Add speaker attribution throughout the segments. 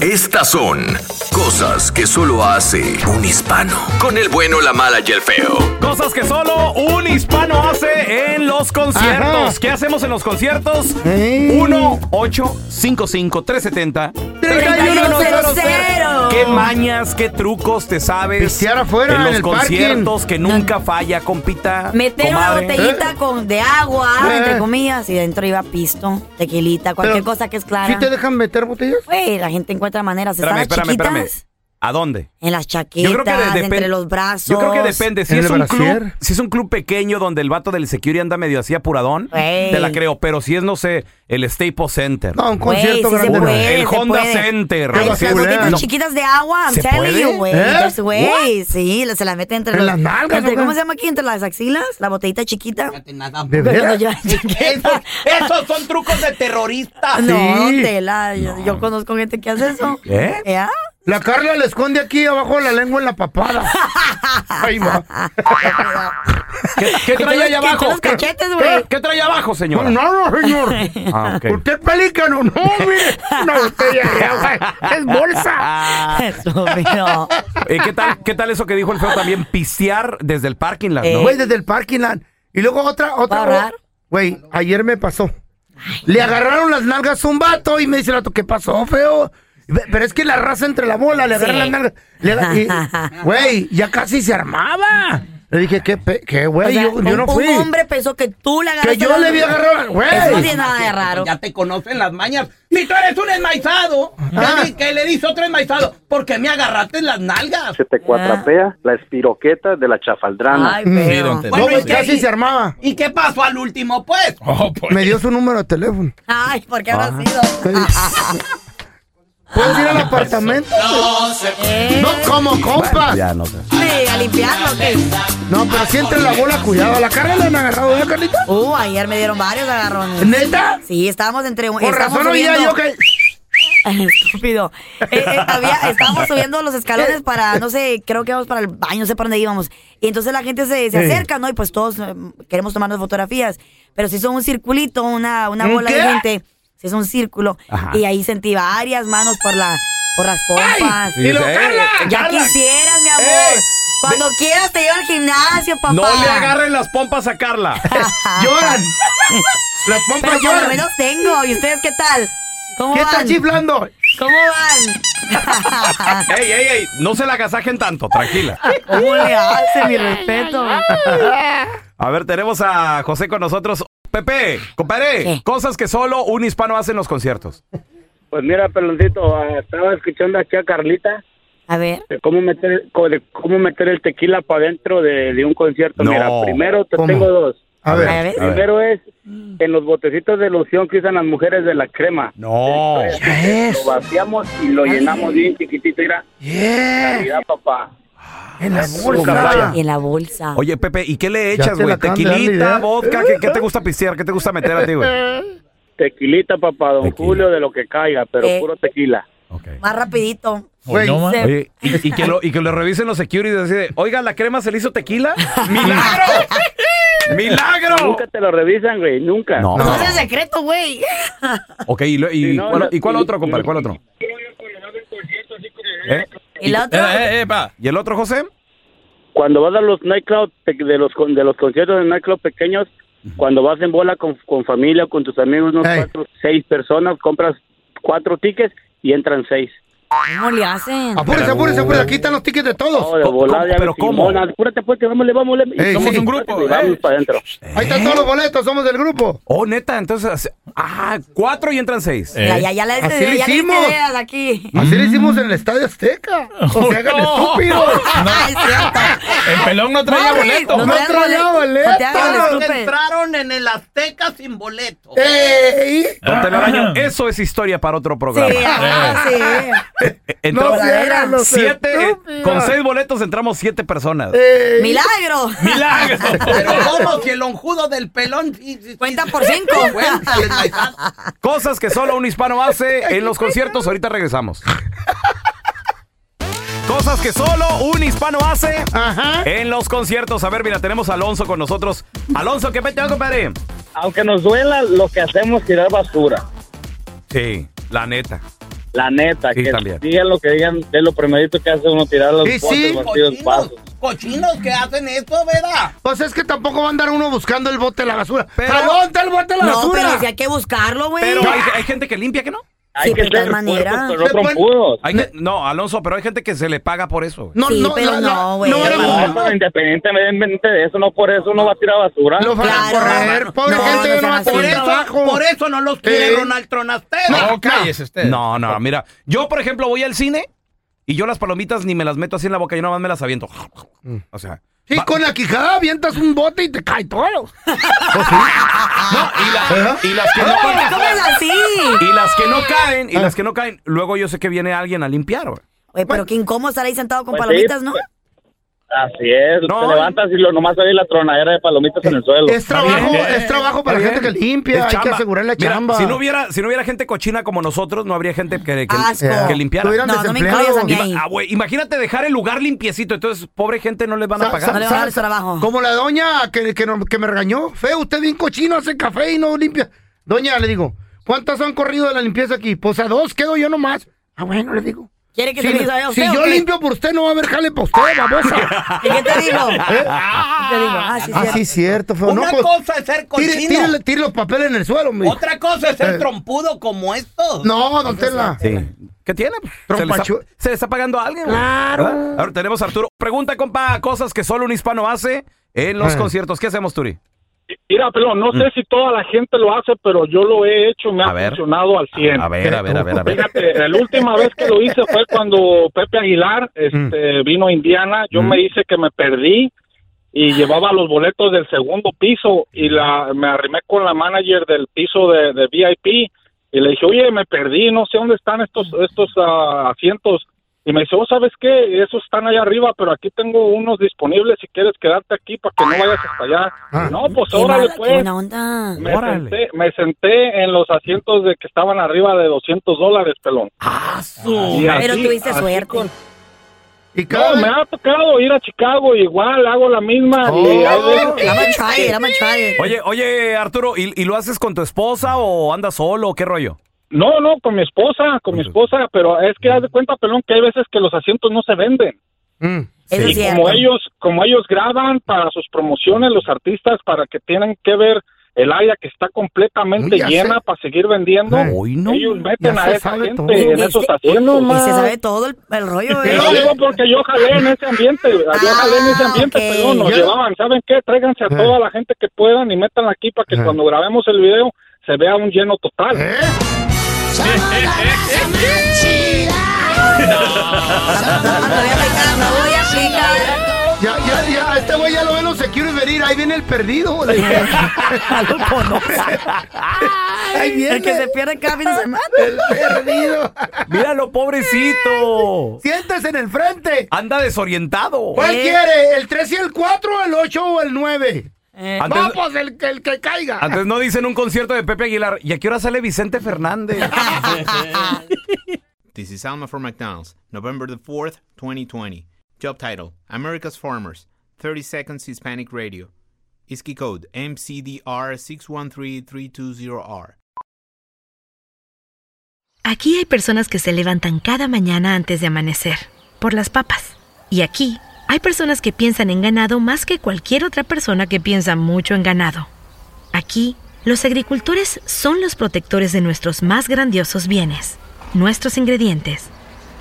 Speaker 1: Estas son cosas que solo hace un hispano. Con el bueno, la mala y el feo.
Speaker 2: Cosas que solo un hispano hace en los conciertos. ¿Qué hacemos en los conciertos? 1 8 55 370
Speaker 3: 3100.
Speaker 2: ¿Qué mañas, qué trucos te sabes?
Speaker 4: Pistear afuera,
Speaker 2: en los
Speaker 4: en el
Speaker 2: conciertos que nunca falla, compita.
Speaker 3: Meter una
Speaker 2: comadre.
Speaker 3: botellita con, de agua,
Speaker 4: Eh.
Speaker 3: entre comillas, y dentro iba pisto, tequilita, cualquier
Speaker 4: Pero,
Speaker 3: cosa que es
Speaker 4: ¿Sí
Speaker 3: clara.
Speaker 4: te dejan meter botellas?
Speaker 3: Güey, la gente encuentra maneras.
Speaker 2: Espérame,
Speaker 3: Están las
Speaker 2: espérame,
Speaker 3: chiquitas
Speaker 2: espérame. ¿A dónde?
Speaker 3: en las chaquetas,
Speaker 2: Yo creo que de- depen-
Speaker 3: entre los brazos.
Speaker 2: Yo creo que depende. Si
Speaker 4: ¿En
Speaker 2: es,
Speaker 4: el
Speaker 2: un club,
Speaker 4: brasier?
Speaker 2: si es un club pequeño donde el vato del security anda medio así apuradón,
Speaker 3: Ey.
Speaker 2: te la creo. Pero si es, no sé, el Staples Center.
Speaker 4: No, un
Speaker 3: Güey,
Speaker 4: concierto
Speaker 3: sí se
Speaker 4: grande. no.
Speaker 3: puede,
Speaker 2: El
Speaker 3: se
Speaker 2: Honda
Speaker 3: puede.
Speaker 2: Center.
Speaker 3: Ay,
Speaker 4: Algo
Speaker 3: esas
Speaker 4: así,
Speaker 3: gotitas
Speaker 4: no.
Speaker 3: chiquitas de agua, I'm
Speaker 2: ¿Se
Speaker 3: telling
Speaker 2: puede?
Speaker 3: you, güey.
Speaker 4: ¿Eh?
Speaker 3: Entonces, güey, sí, se la meten entre
Speaker 4: En las nalgas,
Speaker 3: entre-
Speaker 4: ¿no?
Speaker 3: ¿Cómo se llama aquí? Entre las axilas, la botellita chiquita.
Speaker 4: ¿De
Speaker 3: Pero
Speaker 4: veras?
Speaker 3: yo, chiquita.
Speaker 2: Esos son trucos de terrorista.
Speaker 3: No,
Speaker 4: Sí.
Speaker 3: tela, yo, yo conozco gente que hace eso.
Speaker 2: ¿Eh?
Speaker 3: ¿Ya?
Speaker 4: La Carla le esconde aquí abajo la lengua en la papada. Ahí va.
Speaker 2: ¿Qué, qué trae
Speaker 3: Entonces,
Speaker 2: allá
Speaker 3: ¿qué-
Speaker 2: abajo?
Speaker 3: los cachetes, güey?
Speaker 2: ¿Qué trae abajo, señora?
Speaker 4: No, no, señor.
Speaker 2: Ah, ok.
Speaker 4: Usted es pelícano. No, mire. Una botella de agua. Es bolsa.
Speaker 2: Ah,
Speaker 3: Estúpido.
Speaker 2: eh, ¿qué, tal, ¿Qué tal eso que dijo el feo también? Pistear desde el parking
Speaker 5: Eh.
Speaker 2: lot, ¿no?
Speaker 4: Güey, desde el parking lot. Y luego otra, otra.
Speaker 3: ¿Puedo hablar?
Speaker 4: Güey, ayer me pasó. Le agarraron las nalgas a un vato y me dice el vato, ¿qué pasó, feo? Ve- Pero es que la raza entre la bola, le agarran las nalgas. Le aga- y- Güey, ya casi se armaba. Le dije, ¿qué, pe- qué güey?
Speaker 3: O sea,
Speaker 4: yo, yo
Speaker 3: un-
Speaker 4: no fui.
Speaker 3: Un hombre pensó que tú la agarraste.
Speaker 4: Que yo
Speaker 3: la-
Speaker 4: le vi agarrar, güey. Ah,
Speaker 3: Eso no tiene nada de raro.
Speaker 5: Ya te conocen las mañas. Si tú eres un enmaizado,
Speaker 4: Ah.
Speaker 5: ¿qué, di- qué le dice otro enmaizado? ¿Por qué me agarraste las nalgas?
Speaker 6: se te cuatrapea la espiroqueta de la chafaldrana.
Speaker 3: Ay, pero.
Speaker 4: No, güey,
Speaker 5: ¿y qué-
Speaker 4: pues, casi se armaba.
Speaker 5: ¿Y qué pasó al último, pues?
Speaker 4: Me dio su número de teléfono.
Speaker 3: Ay, ¿por qué habrá sido?
Speaker 4: ¿Puedes ir al apartamento?
Speaker 3: Ah, ¿Eh?
Speaker 4: No, como compas.
Speaker 2: Ya, no sé.
Speaker 3: Sí, ¿A limpiarlo o qué?
Speaker 4: No, pero si entre la bola, cuidado. La carga la han agarrado, ¿verdad, Carlita?
Speaker 3: Uh, ayer me dieron varios agarrones.
Speaker 4: ¿Neta?
Speaker 3: Sí, estábamos entre un.
Speaker 4: Por
Speaker 3: estábamos
Speaker 4: razón oía
Speaker 3: subiendo-
Speaker 4: yo que...
Speaker 3: Estúpido. Eh, eh, había- estábamos subiendo los escalones para, no sé, creo que íbamos para el baño, no sé para dónde íbamos. Y entonces la gente se, se
Speaker 4: Sí.
Speaker 3: acerca, ¿no? Y pues todos eh, queremos tomarnos fotografías. Pero se hizo un circulito, una, una
Speaker 4: ¿Un
Speaker 3: bola
Speaker 4: qué?
Speaker 3: de gente. Se hizo un círculo.
Speaker 2: Ajá.
Speaker 3: Y ahí sentí varias manos por, la, por las pompas.
Speaker 4: Y lo,
Speaker 2: Ey,
Speaker 4: Carla,
Speaker 3: ya
Speaker 4: Carla.
Speaker 3: quisieras, mi amor. Cuando quieras te llevo al gimnasio, papá.
Speaker 2: No le agarren las pompas a Carla.
Speaker 4: Lloran. Las
Speaker 3: Ah. Pero
Speaker 4: pompas
Speaker 3: yo por lo
Speaker 4: lloran.
Speaker 3: menos tengo. ¿Y ustedes qué tal? ¿Cómo
Speaker 4: ¿Qué
Speaker 3: van?
Speaker 4: estás chiflando?
Speaker 3: ¿Cómo van?
Speaker 2: ey, ey, ey. No se la agasajen tanto, tranquila.
Speaker 3: ¿Cómo le hace? Mi respeto.
Speaker 2: A ver, tenemos a José con nosotros. Pepe, compadre,
Speaker 3: ¿Qué?
Speaker 2: cosas que solo un hispano hace en los conciertos.
Speaker 6: Pues mira, peloncito, ah, estaba escuchando aquí a Carlita
Speaker 3: A ver.
Speaker 6: de cómo meter, co- de cómo meter el tequila para adentro de, de un concierto.
Speaker 2: No.
Speaker 6: Mira, primero te
Speaker 4: ¿Cómo?
Speaker 6: tengo dos.
Speaker 4: A ver. A ver.
Speaker 6: Primero es en los botecitos de loción que usan las mujeres de la crema.
Speaker 2: No.
Speaker 6: Lo vaciamos y lo llenamos bien chiquitito, mira. Calidad, papá.
Speaker 4: En la
Speaker 2: vaya.
Speaker 4: bolsa.
Speaker 3: Y en la bolsa.
Speaker 2: Ah. Oye, Pepe, ¿y qué le
Speaker 4: Ya
Speaker 2: echas,
Speaker 4: te
Speaker 2: güey?
Speaker 4: la acaban de dar la
Speaker 2: Tequilita,
Speaker 4: idea.
Speaker 2: vodka, ¿qué, qué te gusta pistear? ¿Qué te gusta meter a ti, güey?
Speaker 6: Tequilita, papá, don
Speaker 2: Tequila.
Speaker 6: Julio, de lo que caiga, pero
Speaker 3: Eh.
Speaker 6: puro tequila.
Speaker 2: Ok.
Speaker 3: Más rapidito.
Speaker 4: Güey,
Speaker 7: no, ma.
Speaker 3: se-
Speaker 2: Oye, y, y que lo, y que lo revisen los securities así de, oiga, ¿la crema se le hizo tequila? ¡Milagro! ¡Milagro!
Speaker 6: Nunca te lo revisan, güey, nunca.
Speaker 2: No.
Speaker 3: No es secreto, güey.
Speaker 2: Ok, ¿y, lo- y
Speaker 6: Sí, no,
Speaker 2: cuál,
Speaker 6: no,
Speaker 2: y cuál
Speaker 6: sí,
Speaker 2: otro, compadre? ¿Cuál otro? ¿Eh?
Speaker 3: Y la otra.
Speaker 7: Eh, eh, eh, pa.
Speaker 2: ¿Y el otro, José?
Speaker 6: Cuando vas a los nightclub, pe- de los, con- de los conciertos de nightclub pequeños, cuando vas en bola con, con familia, con tus amigos, unos
Speaker 4: Ey.
Speaker 6: cuatro, seis personas, compras cuatro tickets y entran seis.
Speaker 3: ¿Cómo le hacen?
Speaker 4: Apúrese, apúrese, apúrese. Aquí están los tickets de
Speaker 6: Oh,
Speaker 4: todos.
Speaker 6: de
Speaker 2: ¿Cómo-
Speaker 6: volada,
Speaker 2: cómo-
Speaker 6: ya
Speaker 2: pero
Speaker 6: ves,
Speaker 2: cómo?
Speaker 6: Simona, Apúrate, pues, que vámonos, vámonos.
Speaker 4: Ey,
Speaker 6: Somos
Speaker 4: sí.
Speaker 6: un grupo. Y vamos para adentro.
Speaker 4: Ahí están todos los boletos, somos del grupo.
Speaker 2: Oh, neta, entonces, así- ah, cuatro y entran seis.
Speaker 7: Eh.
Speaker 3: Ya, ya, ya le
Speaker 4: Así
Speaker 3: ya
Speaker 4: le
Speaker 3: le diste
Speaker 4: hicimos.
Speaker 3: ideas aquí.
Speaker 4: Así lo hicimos en el Estadio Azteca. O sea, hagan estúpidos.
Speaker 3: Ah, es cierto.
Speaker 7: El pelón no traía
Speaker 3: Mami,
Speaker 7: boleto.
Speaker 4: No
Speaker 3: traes
Speaker 4: traía boleto.
Speaker 3: No te hagas,
Speaker 5: Todos
Speaker 3: disculpe.
Speaker 5: entraron en el Azteca sin boleto.
Speaker 4: ¡Ey!
Speaker 2: Don Telaraño,
Speaker 7: Ah.
Speaker 2: eso es historia para otro programa. Eh,
Speaker 3: Sí, ah, sí.
Speaker 4: No
Speaker 2: Entramos
Speaker 4: se hagan los
Speaker 2: siete, eh,
Speaker 4: estúpidos.
Speaker 2: con seis boletos entramos siete personas.
Speaker 4: ¡Ey!
Speaker 3: Milagro.
Speaker 7: Milagro.
Speaker 5: Pero ¿cómo? Si el onjudo del pelón... sí, sí, sí.
Speaker 3: Cuenta por cinco.
Speaker 5: Bueno, si el paisano-
Speaker 2: Cosas que solo un hispano hace en los conciertos. Ahorita regresamos. Cosas que solo un hispano hace
Speaker 4: Ajá.
Speaker 2: en los conciertos. A ver, mira, tenemos a Alonso con nosotros. Alonso, ¿qué peteo, compadre?
Speaker 6: Aunque nos duela, lo que hacemos es tirar basura.
Speaker 2: Sí, la neta.
Speaker 6: La neta,
Speaker 2: Sí,
Speaker 6: que
Speaker 2: también.
Speaker 6: digan lo que digan, es lo primerito que hace uno tirar los
Speaker 4: Sí,
Speaker 6: botes,
Speaker 4: sí.
Speaker 6: los tiros,
Speaker 5: Cochinos,
Speaker 6: vasos.
Speaker 5: cochinos que hacen esto, ¿verdad?
Speaker 4: Pues es que tampoco va a andar uno buscando el bote de la basura.
Speaker 2: Pero-
Speaker 4: ¡Jalón, está el bote de la
Speaker 3: No,
Speaker 4: basura!
Speaker 3: pero si hay que buscarlo, güey.
Speaker 2: Pero hay, hay gente que limpia que no.
Speaker 6: Hay
Speaker 3: Sí,
Speaker 6: que
Speaker 3: pero de
Speaker 6: ser
Speaker 3: todas maneras.
Speaker 6: puercos, pero no
Speaker 4: Se pueden-
Speaker 6: trompudos.
Speaker 2: Hay gen- no, Alonso, pero hay gente que se le paga por eso. güey.
Speaker 4: No,
Speaker 3: Sí, pero no, güey.
Speaker 4: van a-
Speaker 6: No, pero independientemente de eso, no por eso uno va a tirar basura.
Speaker 4: Lo van
Speaker 3: Claro,
Speaker 4: a correr.
Speaker 3: no,
Speaker 4: Pobre
Speaker 3: no,
Speaker 4: gente,
Speaker 3: no
Speaker 4: ya no va a
Speaker 3: sean
Speaker 5: Por
Speaker 3: Sí.
Speaker 4: tener
Speaker 5: eso,
Speaker 4: trabajo.
Speaker 5: por eso no los quiere
Speaker 4: Sí.
Speaker 5: Ronald Tronastero.
Speaker 7: No, cállese usted.
Speaker 2: No, no, mira. Yo, por ejemplo, voy al cine y yo las palomitas ni me las meto así en la boca, yo nomás me las aviento. O sea.
Speaker 4: Mm. Sí,
Speaker 2: va-
Speaker 4: con la quijada avientas un bote y te cae
Speaker 2: ¿Oh,
Speaker 4: todo. ¿Eh?
Speaker 2: No, y, la- y las que no
Speaker 3: Ay, ¿Cómo es así?
Speaker 2: Y las que no caen, y
Speaker 4: Ah.
Speaker 2: las que no caen, luego yo sé que viene alguien a limpiar, güey.
Speaker 3: Oye, pero qué incómodo estar ahí sentado con
Speaker 6: Pues sí,
Speaker 3: palomitas, ¿no?
Speaker 6: pues, Así es,
Speaker 2: No.
Speaker 6: te levantas y lo nomás sale la tronadera de palomitas en el suelo.
Speaker 4: Es trabajo,
Speaker 7: bien,
Speaker 4: es trabajo para la
Speaker 2: eh. Está
Speaker 4: gente que
Speaker 2: bien. Es
Speaker 4: limpia. Hay que
Speaker 2: chamba.
Speaker 4: asegurar la
Speaker 2: Mira,
Speaker 4: chamba.
Speaker 2: si, no hubiera, si no hubiera gente cochina como nosotros, no habría gente que, que,
Speaker 3: Asco.
Speaker 2: que limpiara.
Speaker 4: Estuvieran
Speaker 3: No, no me
Speaker 4: desempleados.
Speaker 3: incluyas a mí
Speaker 2: Ima-
Speaker 3: ahí.
Speaker 2: ah, güey, imagínate dejar el lugar limpiecito, entonces pobre gente no les van a
Speaker 4: Sa- sa-
Speaker 3: No le
Speaker 2: pagar.
Speaker 3: van a
Speaker 4: sa-
Speaker 3: dar trabajo.
Speaker 4: Como la doña que, que, no- que me regañó. Feo, usted bien cochino, hace café y no limpia. Doña, le digo, ¿cuántas han corrido de la limpieza aquí? Pues a dos quedo yo nomás. Ah, bueno, le digo.
Speaker 3: ¿Quiere que
Speaker 4: Si,
Speaker 3: se me vaya
Speaker 4: si
Speaker 3: usted o
Speaker 4: yo
Speaker 3: qué?
Speaker 4: limpio por usted, no va a haber jale para usted, babosa.
Speaker 3: ¿Y qué te digo? ¿Qué te digo? Ah, sí,
Speaker 4: Ah, sí,
Speaker 3: sí.
Speaker 4: es cierto, feo.
Speaker 5: Una
Speaker 4: no, pues,
Speaker 5: cosa es ser cochino.
Speaker 4: tire, tire- tire los papeles en el suelo, mi.
Speaker 5: Otra cosa es ser
Speaker 4: Eh.
Speaker 5: trompudo como estos.
Speaker 4: No, don Tela.
Speaker 2: Sí. ¿Qué tiene? Pues, Se le, está,
Speaker 4: Trompachu-
Speaker 2: se le está pagando a alguien. güey.
Speaker 4: Claro.
Speaker 2: ¿Verdad? Ahora tenemos a Arturo. Pregunta, compa, cosas que solo un hispano hace en los
Speaker 4: Ah.
Speaker 2: conciertos. ¿Qué hacemos, Turi?
Speaker 6: Mira, pero no sé si toda la gente lo hace, pero yo lo he hecho, me
Speaker 2: Mm. A ver.
Speaker 6: al
Speaker 2: A ver, a ver, a ver, a ver.
Speaker 6: Fíjate, la última vez que lo hice fue cuando Pepe Aguilar este, vino a Indiana. Yo
Speaker 2: Mm.
Speaker 6: me hice que me perdí y llevaba los boletos del segundo piso y la, me arrimé con la manager del piso de, de VIP y le dije, oye, me perdí, no sé dónde están estos, estos ah, asientos. Y me dice, oh, ¿sabes qué? Esos están allá arriba, pero aquí tengo unos disponibles si quieres quedarte aquí para que no vayas hasta allá.
Speaker 4: Ah.
Speaker 6: No, pues
Speaker 3: Qué
Speaker 6: órale,
Speaker 3: mala- qué
Speaker 6: pues.
Speaker 3: buena onda.
Speaker 6: Me
Speaker 2: Órale.
Speaker 6: senté, me senté en los asientos de que estaban arriba de 200 dólares, pelón.
Speaker 2: Ah,
Speaker 6: Y
Speaker 3: Pero
Speaker 6: así-
Speaker 3: tuviste
Speaker 6: así
Speaker 3: suerte.
Speaker 6: con-
Speaker 4: Y cada
Speaker 6: No, me ha tocado ir a Chicago, igual hago la misma. y
Speaker 4: Oh.
Speaker 6: hay veces-
Speaker 3: I'm a try it, I'm a try it.
Speaker 2: Oye, oye, Arturo, ¿y, y lo haces con tu esposa o andas solo? o ¿Qué rollo?
Speaker 6: no, no, con mi esposa, con mi esposa, pero es que haz de cuenta, pelón, que hay veces que los asientos no se venden.
Speaker 4: Mm.
Speaker 3: Eso
Speaker 6: y
Speaker 3: es cierto.
Speaker 6: como ellos, como ellos graban para sus promociones, los artistas, para que tienen que ver el área que está completamente
Speaker 4: Uy, ya
Speaker 6: llena
Speaker 4: sé.
Speaker 6: para seguir vendiendo,
Speaker 2: Hoy no.
Speaker 6: ellos meten
Speaker 4: Ya
Speaker 6: a
Speaker 4: se
Speaker 6: esa
Speaker 4: sabe
Speaker 6: gente
Speaker 4: todo.
Speaker 6: en
Speaker 3: Este-
Speaker 6: esos
Speaker 3: Y
Speaker 6: asientos. ma.
Speaker 3: se sabe todo el, el rollo,
Speaker 6: Te
Speaker 3: güey.
Speaker 6: lo digo porque yo jalé en ese ambiente, yo jalé en ese
Speaker 3: Ah,
Speaker 6: ambiente,
Speaker 3: ok.
Speaker 6: pero nos
Speaker 4: Yo-
Speaker 6: llevaban, ¿saben qué? Tráiganse a
Speaker 4: Ajá.
Speaker 6: toda la gente que puedan y métanla aquí para que
Speaker 4: Ajá.
Speaker 6: cuando grabemos el video se vea un lleno total.
Speaker 4: ¿Eh?
Speaker 3: Todavía me encanta, voy a aplicar.
Speaker 4: Ya, ya, ya, este güey ya lo ven los los securities venir, ahí viene el perdido. Ahí viene.
Speaker 3: El que se pierde cada fin de semana.
Speaker 4: El perdido.
Speaker 2: Míralo, pobrecito.
Speaker 4: Siéntese en el frente.
Speaker 2: Anda desorientado.
Speaker 4: ¿Cuál
Speaker 3: Eh.
Speaker 4: quiere? ¿El 3 y el 4, el 8 o el 9?
Speaker 3: Eh,
Speaker 2: Antes-
Speaker 4: No, pues el, que- el que caiga.
Speaker 2: Antes no dicen un concierto de Pepe Aguilar. ¿Y a qué hora sale Vicente Fernández?
Speaker 8: This is Alma for McDonald's, November the 4th, 2020. Job title America's Farmers, 30 Seconds Hispanic Radio. ISKI code MCDR613320R.
Speaker 9: Aquí hay personas que se levantan cada mañana antes de amanecer, por las papas. Y aquí hay personas que piensan en ganado más que cualquier otra persona que piensa mucho en ganado. Aquí, los agricultores son los protectores de nuestros más grandiosos bienes, nuestros ingredientes.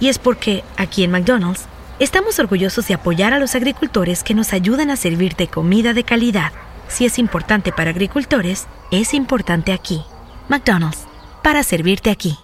Speaker 9: Y es porque, aquí en McDonald's, estamos orgullosos de apoyar a los agricultores que nos ayudan a servirte comida de calidad. Si es importante para agricultores, es importante aquí. McDonald's, para servirte aquí.